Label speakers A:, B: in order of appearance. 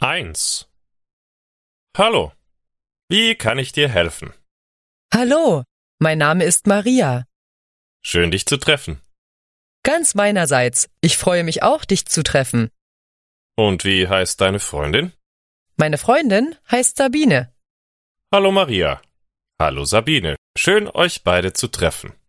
A: 1. Hallo. Wie kann ich dir helfen?
B: Hallo, mein Name ist Maria.
A: Schön dich zu treffen.
B: Ganz meinerseits. Ich freue mich auch, dich zu treffen.
A: Und wie heißt deine Freundin?
B: Meine Freundin heißt Sabine.
A: Hallo Maria. Hallo Sabine. Schön euch beide zu treffen.